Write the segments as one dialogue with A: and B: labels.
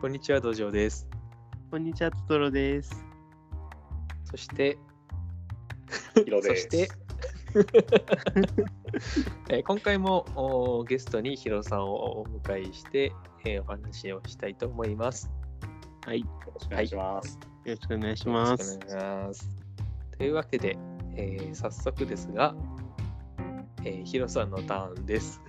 A: こんにちは、道場です。
B: こんにちは、トトロです。
A: そして、
C: ヒロ
A: そ
C: で
A: し
C: す。
A: て、 えー今回もおーゲストにヒロさんをお迎えして、えーお話をしたいと思います。
B: はい、よ
C: よろしくお願いします。
B: ろしくお願いします
A: よ。ろしくお願いします。というわけで、えー早速ですが、えーヒロさんのターンです。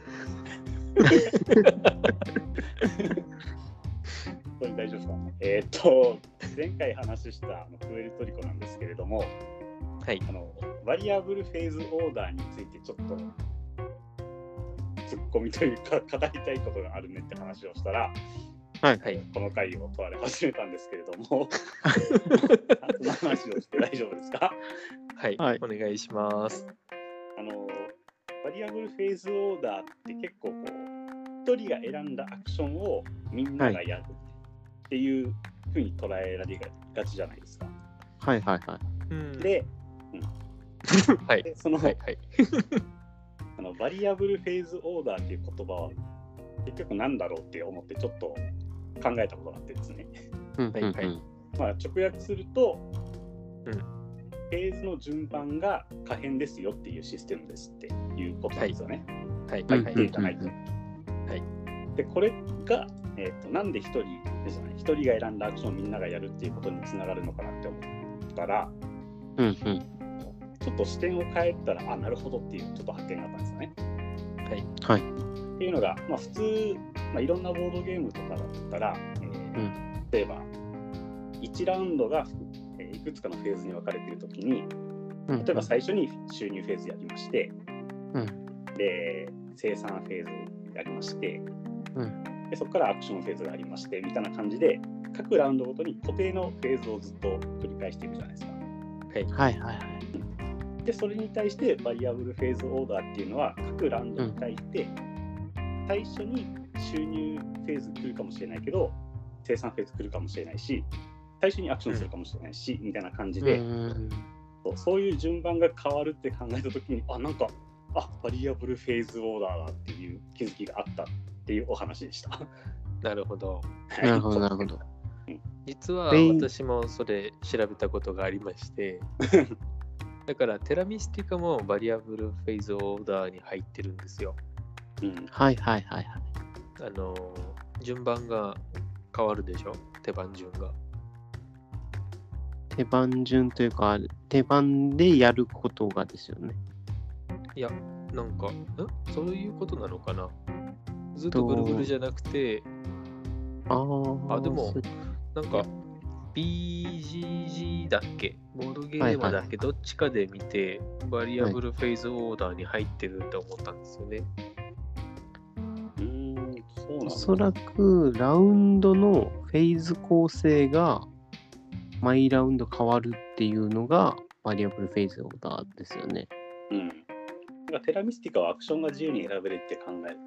C: 本当に大丈夫ですかえーっと、前回話したあのプエルトリコなんですけれども、
A: はい。
C: あのバリアブルフェーズオーダーについてちょっとツッコミというか、 語りたいことがあるねって話をしたら、
A: はい。
C: この回を問われ始めたんですけれど も、その話をして大丈夫ですか
A: はい。
B: はい
A: お願いします。
C: あのバリアブルフェーズオーダーって結構こう一人が選んだアクションをみんながやるっていうふうに捉えられがちじゃないですか。
B: はいはいはい。
A: うん
C: で
A: はい。
C: でその,、
A: はい。はい。
C: あのバリアブルフェーズオーダーっていう言葉は結局なんだろうって思ってちょっと考えたことがあってですね、
B: うん
A: はいはい
C: まあ、直訳すると、
A: うん
C: フェーズの順番が可変ですよっていうシステムですっていうことなんですよね。
A: はい。はい。はい。
B: うん
C: じゃないと。
A: い
C: でこれが、えー、となんで1人ですね1人が選んだアクションをみんながやるっていうことにつながるのかなって思ったら
B: うんうん。
C: ちょっと視点を変えたらあなるほどっていうちょっと発見があったんですよね。
A: はい。
B: はい。
C: っていうのが、まあ、普通、まあ、いろんなボードゲームとかだったら、えー
B: う
C: 例えば1ラウンドが、えーいくつかのフェーズに分かれてるときに
B: うん
C: 例えば最初に収入フェーズやりまして、
B: う
C: で生産フェーズやりまして、
B: うん
C: でそこからアクションフェーズがありましてみたいな感じで各ラウンドごとに固定のフェーズをずっと繰り返していくじゃないですか。
B: はいはいはい。
C: でそれに対してバリアブルフェーズオーダーっていうのは各ラウンドに対して最初に収入フェーズ来るかもしれないけど生産フェーズ来るかもしれないし最初にアクションするかもしれないし、みたいな感じで、
B: うん
C: そうそういう順番が変わるって考えた時にあなんかあバリアブルフェーズオーダーだっていう気づきがあったっていうお話でした。
A: なるほど。
C: はい
B: なるほどなるほど。
A: 実は
B: 全員
A: 私もそれ調べたことがありま して、だからテラミスティカもバリアブルフェーズオーダーに入ってるんですよ。
C: うん
B: はいはいはいはい。
A: あのー、順番が変わるでしょ手番順が。
B: 手番順というか、手番でやることがですよね。
A: いや、なんか、んそういうことなのかなずっとぐるぐるじゃなくて、
B: ああ。
A: あでも
B: そう
A: なんか BGG だっけボードゲームだっけ、どっちかで見てバリアブルフェーズオーダーに入ってるって思ったんですよね。
C: うーんそうなんだ
B: おそらくラウンドのフェーズ構成が毎ラウンド変わるっていうのがバリアブルフェーズオーダーですよね。
C: うん。なんかテラミスティカはアクションが自由に選べるって考える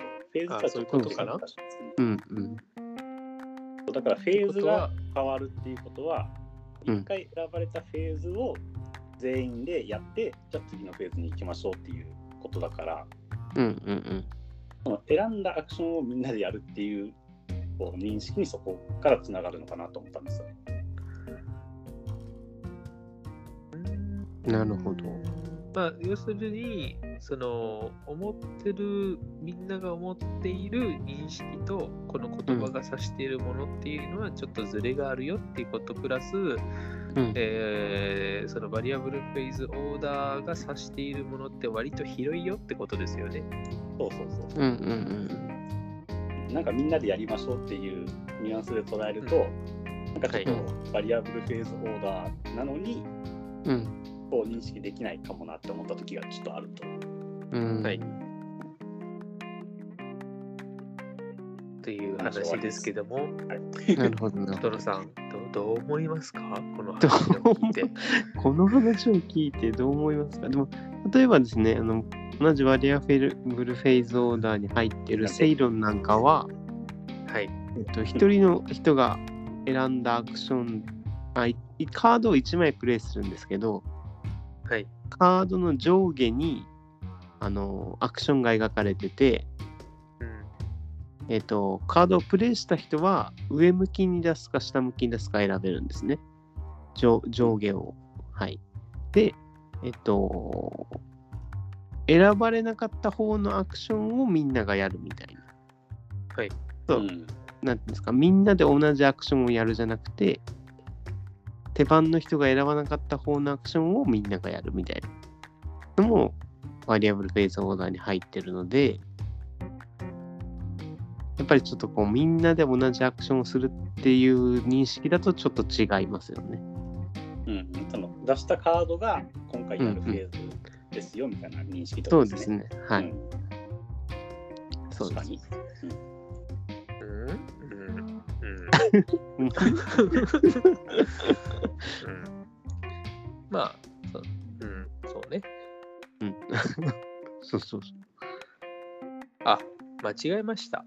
C: と、フェーズ
A: あ
C: が
A: そう
C: ちょ
A: いう
C: っ
A: こととかな
C: 難しいですね
B: うんうん。
C: そうだからフェーズが変わるっていうことは、
B: うん
C: 一回選ばれたフェーズを全員でやって、じゃあ次のフェーズに行きましょうっていうことだから、
B: うんうんうん。
C: その選んだアクションをみんなでやるっていうこう認識にそこからつながるのかなと思ったんですよね。
B: なるほど。
A: まあ、要するに、その、思ってる、みんなが思っている認識と、この言葉が指しているものっていうのは、ちょっとズレがあるよっていうこと、プラス、
B: うん
A: えーそのバリアブルフェーズオーダーが指しているものって割と広いよってことですよね。
C: そうそうそう
B: うんうんうん。
C: なんかみんなでやりましょうっていうニュアンスで捉えると、なんかちょっ
A: は
C: とバリアブルフェーズオーダーなのに、
B: うん
C: こう認識できないかもなって思った時がちょっとあると。
B: うん。
A: はいという話ですけども、
B: なるほどな。
A: トロさん、どどう思いますかこの話を聞いて。
B: この話を聞いてどう思いますかでも、例えばですね、あの、同じバリアフェルブルフェーズオーダーに入ってるセイロンなんかは、
A: はい。
B: えっと、一人の人が選んだアクション、あいカードを1枚プレイするんですけど、
A: はい。
B: カードの上下に、あの、アクションが描かれてて、
A: うん。
B: ええっ、と、カードをプレイした人は、上向きに出すか下向きに出すか選べるんですね。上上下を。はい。で、えっ、と、選ばれなかった方のアクションをみんながやるみたいな。そう
C: うん
B: なんていうんですか、みんなで同じアクションをやるじゃなくて、手番の人が選ばなかった方のアクションをみんながやるみたいなのも、バリアブルフェイスオーダーに入ってるので、やっぱりちょっとこう、みんなで同じアクションをするっていう認識だとちょっと違いますよね。
C: うん、その出したカードが今回やるフェーズですよみたいな認識って
B: そ
C: こ
B: う
C: とか
B: です。ね。はい。
C: うん
B: そう
C: 確
B: で
C: か
B: す。
C: に。
A: うんうんうん。うんまあ、そうん、そうね。
B: うん、そうそうそう。
A: あ、間違えました。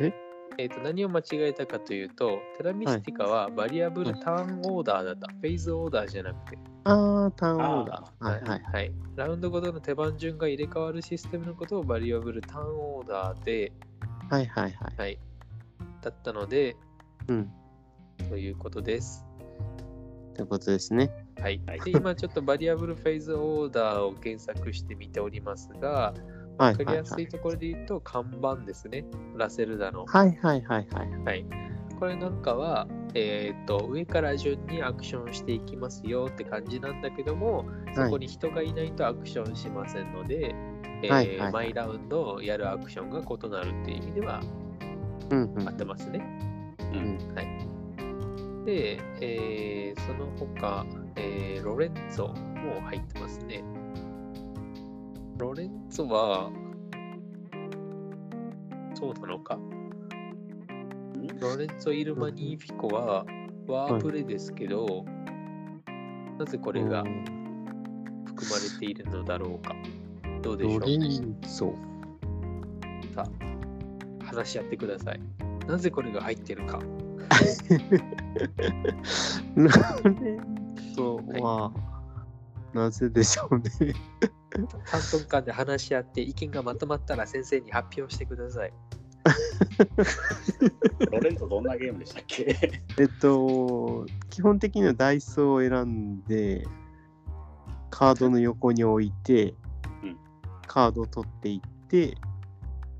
B: え
A: えっ、と、何を間違えたかというと、テラミスティカはバリアブルターンオーダーだった。フェーズオーダーじゃなくて。
B: あー、ターンオーダー。は
A: はいい
B: はい。
A: はい。ラウンドごとの手番順が入れ替わるシステムのことをバリアブルターンオーダーで、
B: はいはいはい。
A: はい。だったので、
B: うん。
A: ということです。
B: ということですね。
A: はい
C: はい。
A: で、今ちょっとバリアブルフェーズオーダーを検索してみておりますが、
B: は
A: わかり
B: いはい
A: や
B: は
A: すい
B: い。
A: ところで言うと、看板ですね。ラセルダの。
B: はいはいはいはい。
A: はい。これなんかは、えーっと、上から順にアクションしていきますよって感じなんだけども、そこに人がいないとアクションしませんので、えー
B: はいはいはい
A: 毎ラウンドやるアクションが異なるっていう意味では
B: うんうん
A: 合ってますね。
C: うん
A: で、えーその他、えーロレンツォも入ってますね。ロレンツォは、そうなのか。ロレンツォ・イルマニーフィコはワープレですけど、なぜこれが
B: うん
A: 含まれているのだろうか。どうでしょ
B: ロ
A: う
B: レンツォ。
A: さあ話し合ってください。なぜこれが入って るか。
B: ロレンツォは、なぜでしょうね。
A: 3分間で話し合って意見がまとまったら先生に発表してください。
C: ロレントどんなゲームでしたっけ
B: えっと、基本的にはダイソーを選んで、カードの横に置いて
C: うん、
B: カードを取っていって、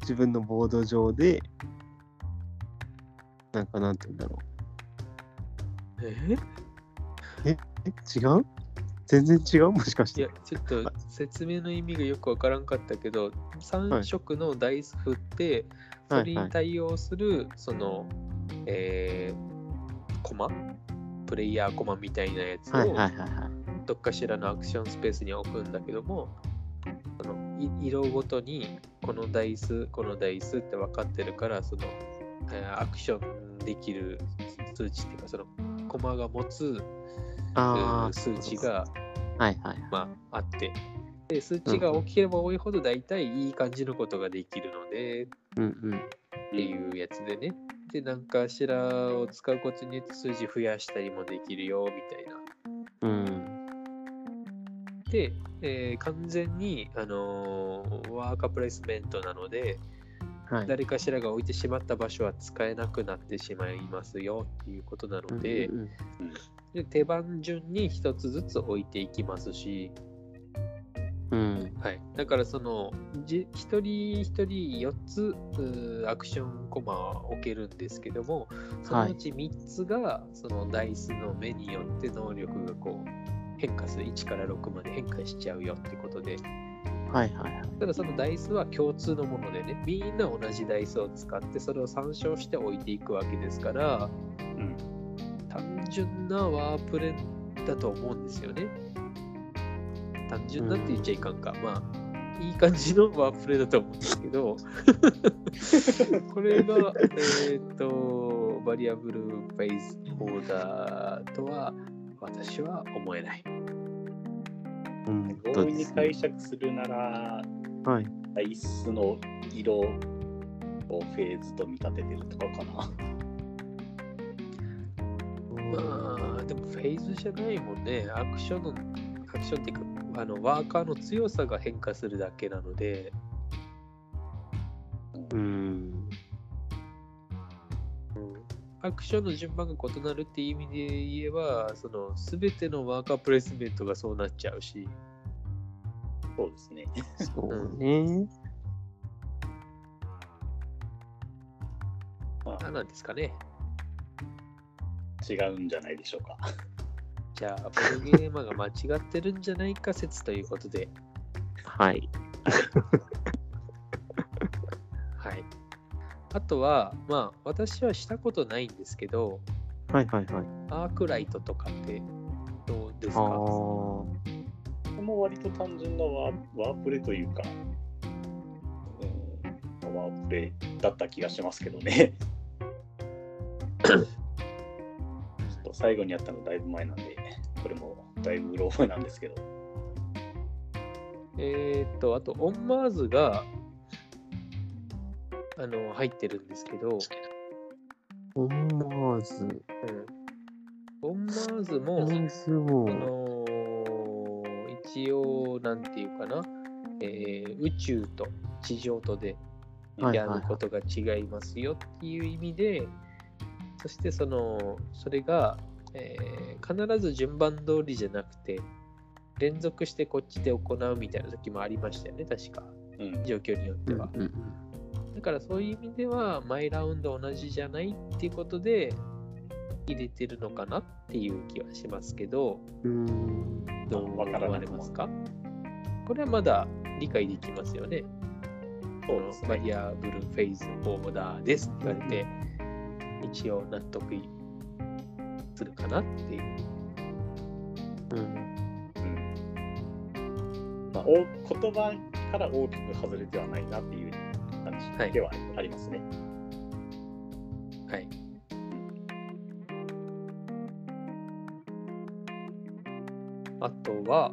B: 自分のボード上で、なんかなんて言うんだろう。
A: え
B: え、違う全然違うもしかし
A: い
B: て
A: や。、ちょっと説明の意味がよくわからんかったけど、3色のダイス振って、
B: はい
A: それに対応する、その、えー、コマプレイヤーコマみたいなやつ
B: はい
A: を
B: はいはいはい。
A: どっかしらのアクションスペースに置くんだけども、そのい色ごとにこのダイス、このダイスって分かってるから、その、えーアクションできる数値っていうか、その、コマが持つ
B: あ
A: う
B: あ、
A: ん数値が、
B: はいはい。
A: まあ、あってで数値が大きければ多いほど大体いい感じのことができるのでっ
B: うんうん。
A: ていうやつでねでなんかしらを使うことによって数字増やしたりもできるよみたいな
B: うん。
A: で、えー完全に、あのーワーカープレイスメントなので
B: はい。
A: 誰かしらが置いてしまった場所は使えなくなってしまいますよっていうことなので,、
B: うんうん
A: で手番順に1つずつ置いていきますし
B: うん。
A: はい、だからそのじ一人一人4つうーアクションコマは置けるんですけどもそのうち3つがそのダイスの目によって能力がこう変化する1から6まで変化しちゃうよってことで
B: はいはいはい。
A: ただそのダイスは共通のものでねみんな同じダイスを使ってそれを参照して置いていくわけですから、
C: ん
A: 単純なワープレだと思うんですよね単純なって言っちゃいかんか、まあいい感じのワープレだと思うんですけどこれがえーっとバリアブルフェイスオーダーとは私は思えない
B: うん
C: 強
B: そうで
C: 引に
B: すね
C: 解釈するなら、
B: はい。
C: ダイスの色をフェーズと見立ててるとかかな。
A: まあでもフェーズじゃないもんねアクションのアクションっていうかあのワーカーの強さが変化するだけなので
B: うん。
A: アクションの順番が異なるっていう意味で言えば、その全てのワーカープレイスメントがそうなっちゃうし、
C: そうですね。
B: そうね。
C: ま
A: 何なんですかね。
C: あ、違うんじゃないでしょうか。
A: じゃあ、プロゲーマーが間違ってるんじゃないか説ということで、
B: はい。
A: はい。あとは、まあ、私はしたことないんですけど、
B: はいはいはい。
A: アークライトとかってどうです
B: あ
A: か
B: ー
C: これも割と単純なワーワープレというか、うん、ワープレだった気がしますけど ね。ちょっと最後にやったのだいぶ前なんで、これもだいぶうろ覚えなんですけど。
A: えーっと、あと、オンマーズが、あの、入ってるんですけど、
B: 思わず。
A: オンマーズも、
B: 思わ
A: あ
B: ずも。
A: のー一応、なんていうかな、えー宇宙と地上とで
B: はい
A: や
B: はい
A: る
B: はい
A: ことが違いますよっていう意味で、そしてその、それが、えー必ず順番通りじゃなくて、連続してこっちで行うみたいな時もありましたよね、確か、
C: うん、
A: 状況によっ
B: う
A: て
B: ん
A: は。
B: うん
A: だからそういう意味では、毎ラウンド同じじゃないっていうことで、入れてるのかなっていう気はしますけど、
B: うん。うーん。
A: どう思われますかこれはまだ理解できますよね。
C: そうです
A: バ
C: ね。
A: リアブルフェイズオーダーですって言われて、一応納得するかなっていう。
B: うん
C: うんまあ、お言葉から大きく外れてはないなっていう感じではありますね。
A: はい。あとは、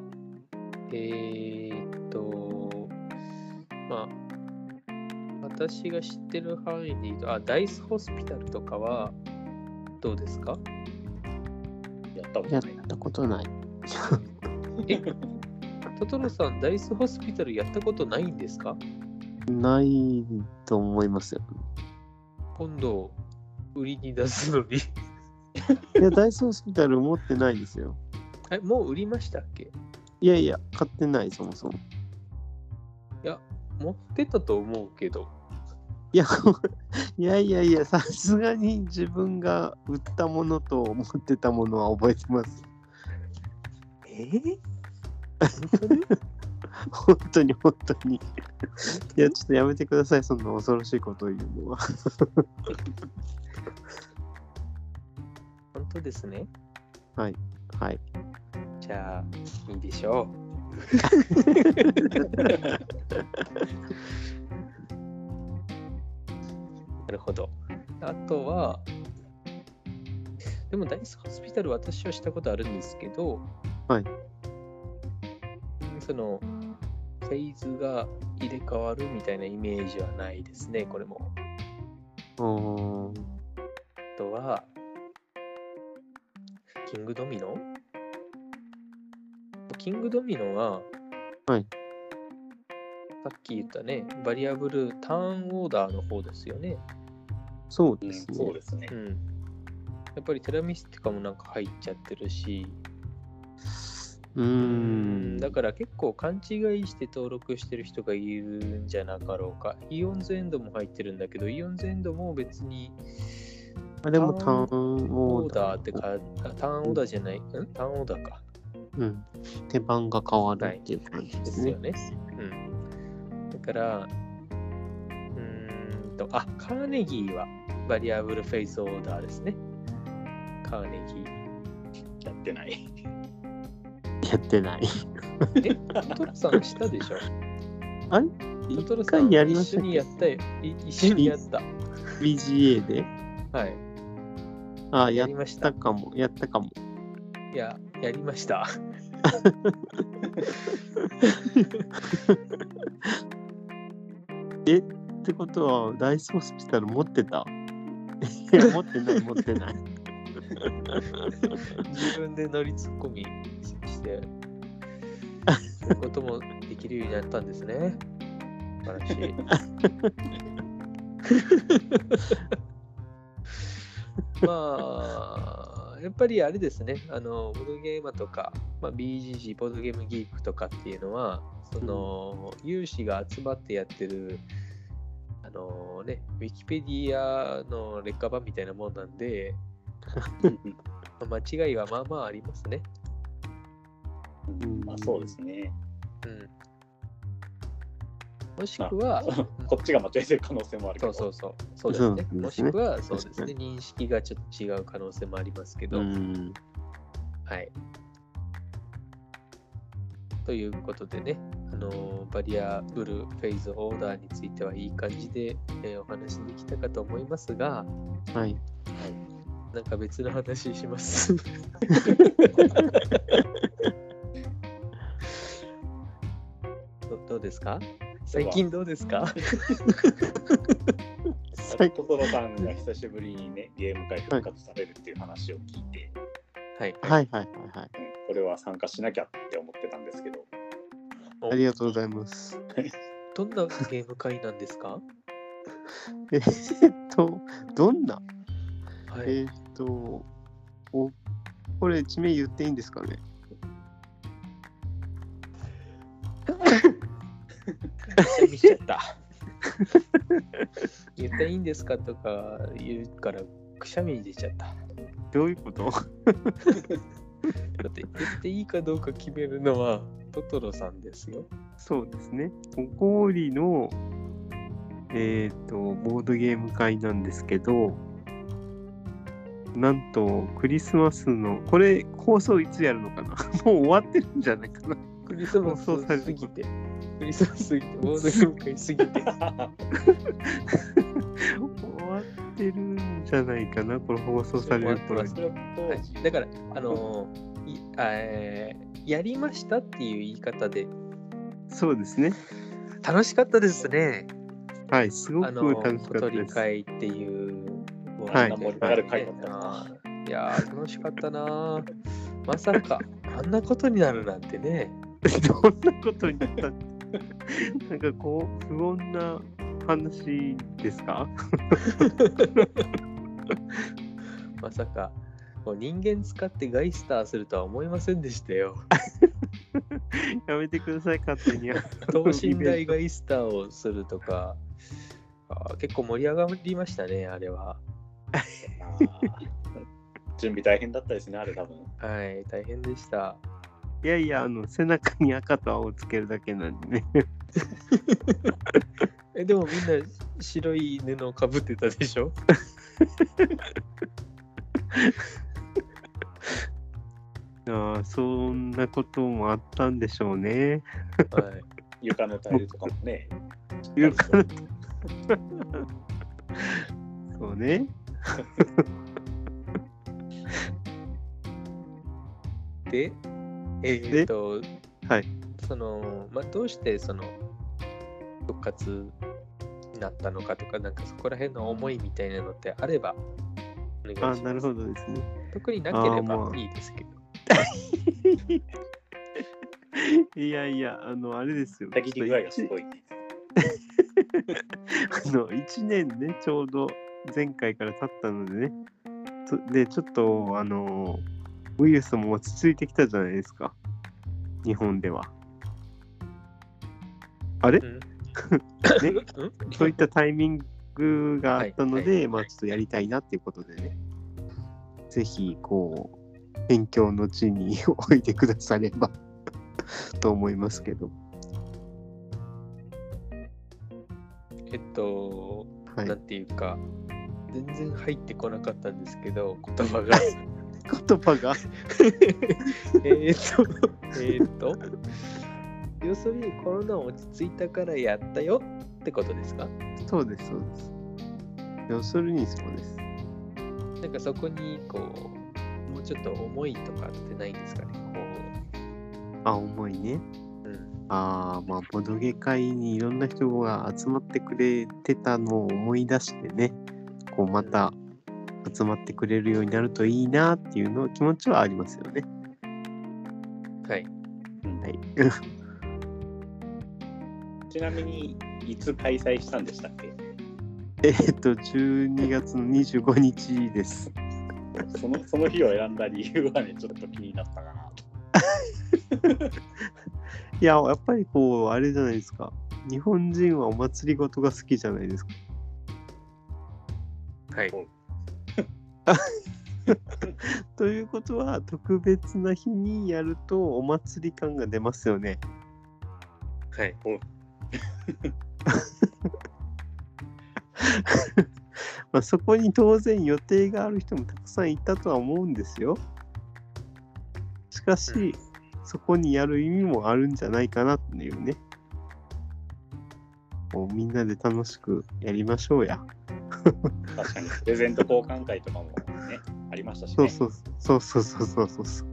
A: えーっと、まあ、私が知ってる範囲で言うと、あ、ダイスホスピタルとかはどうですか
C: やったこ
B: や
C: と
B: っ
C: ないな。
B: たことない。
A: トトロさん、ダイスホスピタルやったことないんですか
B: ないと思いますよ。
A: 今度、売りに出すのに。
B: いや、ダイソーホスピタル持ってないですよ。
A: え、もう売りましたっけ
B: いやいや、買ってない、そもそも。
A: 持ってたと思うけど。
B: いや、 いやいやいや、さすがに自分が売ったものと思ってたものは覚えてます。
A: え本当に
B: 本当に本当に。いや、ちょっとやめてください、そんな恐ろしいことを言うのは。
A: 本当ですね。
B: はい。
A: じゃあ、いいでし ょう。なるほど。あとは、でもダイスホスピタル私はしたことあるんですけど、
B: はい
A: うん。その、フェーズが入れ替わるみたいなイメージはないですね、これも。
B: うーん。
A: あとは、キングドミノキングドミノは、
B: はい
A: さっき言ったね、バリアブルターンオーダーの方ですよね。
B: そう
C: う
B: で
C: ん、
B: す
C: そう
B: ね。
C: ですね
A: う。ん。やっぱりテラミスティカもなんか入っちゃってるし、
B: うーん。
A: だから結構勘違いして登録してる人がいるんじゃなかろうか。イオンズエンドも入ってるんだけど、イオンズエンドも別に
B: あでも、ターン
A: オ
B: オ
A: ー
B: ーダ
A: ダー
B: ー
A: ってか、あターンオーダーじゃない、んターンオーダーか。
B: うん。手番が変わるっていう感じで
A: ですす
B: ね
A: よ。ね。うん、だから、うーんと、あカーネギーはバリアブルフェイスオーダーですね。カーネギー。
C: やってない。
B: やってない。
A: トトロさんしたでしょトトロ
B: 一
A: さん
B: 回やりまし
A: 一緒
B: たっ
A: に
B: け
A: やったよ。い一緒にやった。
B: BGA で。
A: はい。
B: ああ、
A: や
B: やっ
A: りましたた。
B: かも。やったかも。
A: いや、やりました。
B: ってことは、ダイスホスピタル持ってたいや、持ってない、持ってない。
A: 自分で乗りツッコミして、そういうこともできるようになったんですね。素晴らしい。まあ、やっぱりあれですね、あの、ボードゲーマーとか、まあ、BGG、ボードゲームギークとかっていうのは、その、有志が集まってやってる、あのね、ウィキペディアの劣化版みたいなもんなんで、まあ間違いはまあまあありますね。
B: うん
C: まあそうですね。
A: うん。もしくは、うん
C: こっちが間違えてる可能性もあるけ
A: そ
C: ど。
A: うそうそう。そうですね。
B: そ
A: も
B: うで
A: し
B: すね
A: くは、そうです
B: 確
A: ね。
B: か
A: 認識がちょっと違う可能性もありますけど、
B: うん
A: はい。ということでね、あのバリアブルフェイズオーダーについてはいい感じで、えーお話できたかと思いますが、
B: はい。
A: なんか別の話し ます。どどうですか最近どうですか
C: やっとそのさんが久しぶりにね、ゲーム会復活されるっていう話を聞いて、
A: はい。
B: はいはいはいはい。
C: うんこれは参加しなきゃって思ってたんですけど、
B: ありがとうございます。
A: どんなゲーム会なんですか
B: えっと、どんな
A: はい。
B: えーっと、お、これ地名言っていいんですかね
A: 見ちゃった。言ったらいいんですかとか言うから、くしゃみ出ちゃった。
B: どういうこと
A: だって言っていいかどうか決めるのはトトロさんですよ。
B: そうですね。小氷の、えーっと、ボードゲーム会なんですけど、なんと、クリスマスの、これ、放送いつやるのかな もう終わってるんじゃないかな
A: クリスマス過ぎて、クリスマス過ぎて、ボードゲーム会過ぎて。
B: 終わってるんじゃないかな、これ放送される頃に
C: そ。れと、
A: はい、だから、あのーいえーやりましたっていう言い方で、
B: そうですね。
A: 楽しかったですね。
B: はい、すご
A: あの
B: く楽
A: ー、
B: し
A: 小
B: かった
A: 鳥
B: です。
A: 会っていう。
B: はい
A: もう
C: 盛り上がる会だったな
A: はいいやー、楽しかったなー。まさか、あんなことになるなんてね。
B: どんなことになったんですかなんかこう、不穏な話ですか
A: まさか、こう人間使ってガイスターするとは思いませんでしたよ。
B: やめてください、勝手 に。
A: 等身 大がイースターをするとか、あー結構盛り上がりましたね、あれは。
C: あー 準備大変だったですね、あれ多分。
A: はい、大変でした。
B: いやいや、あの、背中に赤と青をつけるだけなんでね。
A: えでもみんな白い布をかぶってたでしょ
B: ああ、そんなこともあったんでしょうね。
A: はい。
C: 床のタイルとかもね。
B: 床そうね。
A: で、えーっと、
B: はい。
A: その、まあ、どうしてその、復活になったのかとか、なんかそこら辺の思いみたいなのってあれば、お願いし
B: あ
A: ま
B: あ、
A: す。
B: なるほどですね。
A: 特になけれ
B: あー
A: ば
B: まあ
A: いいですけど。
B: いやいや、あの、あれですよ。
C: たぎり具合がすごい。
B: あの1年ねちょうど前回から経ったのでねそでちょっとあのウイルスも落ち着いてきたじゃないですか日本ではあれ、
A: うん
B: ね
A: うん
B: そういったタイミングがあったので、
A: はいはい
B: まあちょっとやりたいなっていうことでねぜひこう勉強の地においてくだされば と思いますけど
A: えっと、
B: はい
A: なんていうか全然入ってこなかったんですけど言葉 が
B: 言葉が
A: えーっとえーっと要するにコロナ落ち着いたからやったよってことですか
B: そうですそうです要するにそうです
A: なんかそこにこうもうちょっと思いとかってないんですかね
B: あ、重いね。
A: うん
B: ああ、まあ、ボドゲ会にいろんな人が集まってくれてたのを思い出してね、こう、また集まってくれるようになるといいなっていうの気持ちはありますよね。
A: こうはい
B: はい。
C: ちなみに、いつ開催したんでしたっけ
B: えーっと、12月の25日です。
C: そのその日を選んだ理由はね、ちょっと気になったかな。
B: いや、やっぱりこう、あれじゃないですか。日本人はお祭りごとが好きじゃないですか。
A: はい。
B: ということは、特別な日にやるとお祭り感が出ますよね。
A: はい。
B: まあ、そこに当然予定がある人もたくさんいたとは思うんですよ。しかし、そこにやる意味もあるんじゃないかなっていうね。こうみんなで楽しくやりましょうや。
C: 確かに、プレゼント交換会とかもね、ありましたし
B: そう
C: ね。
B: そうそうそうそうそうそうそう。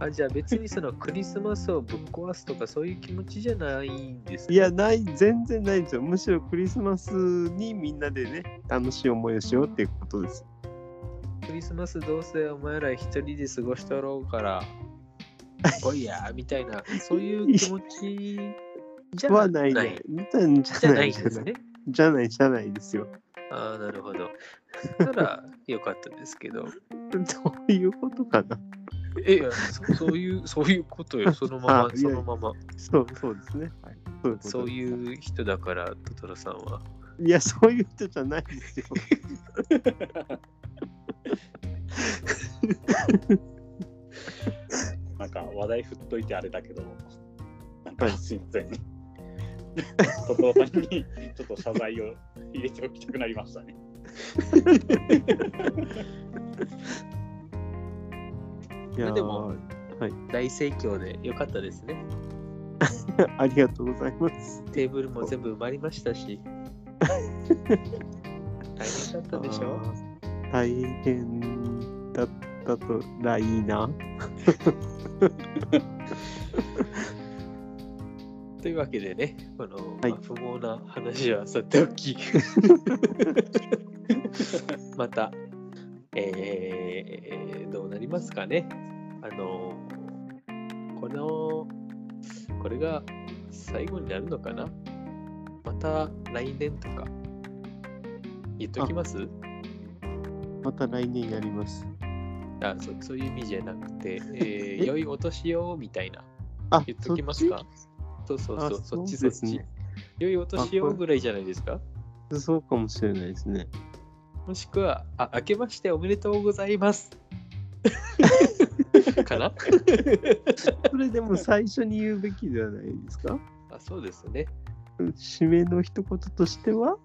A: あじゃあ別にそのクリスマスをぶっ壊すとかそういう気持ちじゃないんですね
B: いや、ない、全然ないんですよ。むしろクリスマスにみんなでね、楽しい思いをしようっていうことです。
A: クリスマスどうせお前ら一人で過ごしとろうから、おいや、みたいな、そういう気持ちじゃ
B: はない
A: な
B: ね
A: い。
B: みたいなじ
A: じ
B: ゃ
A: ゃ
B: な
A: ないい
B: じゃ
A: で
B: な
A: す
B: い。
A: ね。
B: じゃない、じゃないですよ。
A: ああ、なるほ ど。なら、よかったですけど。
B: どういうことかな。
A: え、いやそ そういう、そういうことよ。そのまま
B: あ、い
A: そ
B: や
A: のまま。
B: そう、そうですね。はい、そういうことです
A: そういう人だから、トトロさんは。
B: いや、そういう人じゃない ですよ。
C: なんか話題振っといてあれだけど、なん
B: は
C: か
B: い
C: すいません。 トトロさんにちょっと謝罪を入れておきたくなりましたね。
B: いやー
A: でも
B: はい、
A: 大盛況でよかったですね。
B: ありがとうございます。
A: テーブルも全部埋まりました し。大変だったでしょ
B: あー大変だったとらいいな。
A: というわけでね、この、
B: はい
A: まあ不毛な話はさておき、 また、えーどうなりますかね。あの、この、これが最後になるのかなまた来年とか言っときます
B: また来年やります。
A: あそそういう意味じゃなくて、えー
B: え
A: 良いお年をみたいな
B: あ、
A: 言っときますかそうそうそう、そ
B: そ
A: っ
B: っ
A: ち
B: ち
A: そっ
B: あそうです
A: ち
B: ね。
A: 良いお年をぐらいじゃないですか
B: そっちそうかもしれないですね。
A: もしくは、あ、明けましておめでとうござい ます。か な
B: それでも最初に言うべきではないですか
A: あそうですね。
B: 締めの一言としては、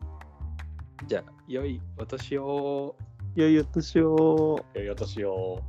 A: じゃあ、良いお年を。
B: 良いお年を。
C: 良いお年を。